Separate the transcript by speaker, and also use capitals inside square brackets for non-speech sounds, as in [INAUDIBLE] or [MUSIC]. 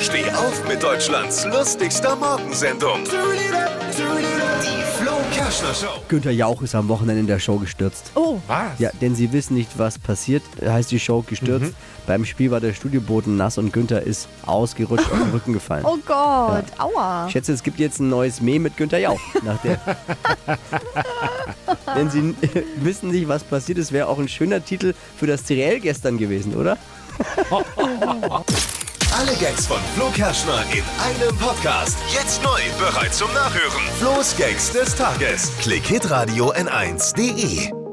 Speaker 1: Steh auf mit Deutschlands lustigster Morgensendung. Die Flo Kerschner Show.
Speaker 2: Günter Jauch ist am Wochenende in der Show gestürzt.
Speaker 3: Oh,
Speaker 4: Was?
Speaker 2: Ja, denn sie wissen nicht, was passiert. Da Heißt die Show gestürzt. Beim Spiel war der Studioboden nass und Günther ist ausgerutscht auf den Rücken gefallen.
Speaker 3: oh Gott, aua.
Speaker 2: Ich schätze, es gibt jetzt ein neues Meme mit Günther Jauch. Nach der. denn sie n- [LAUGHS] wissen nicht, was passiert ist. Wäre auch ein schöner Titel für das CRL gestern gewesen, oder?
Speaker 1: Alle Gags von Flo Kerschner in einem Podcast. Jetzt neu, bereit zum Nachhören. Flo's Gags des Tages. Klick Hitradio N1.de.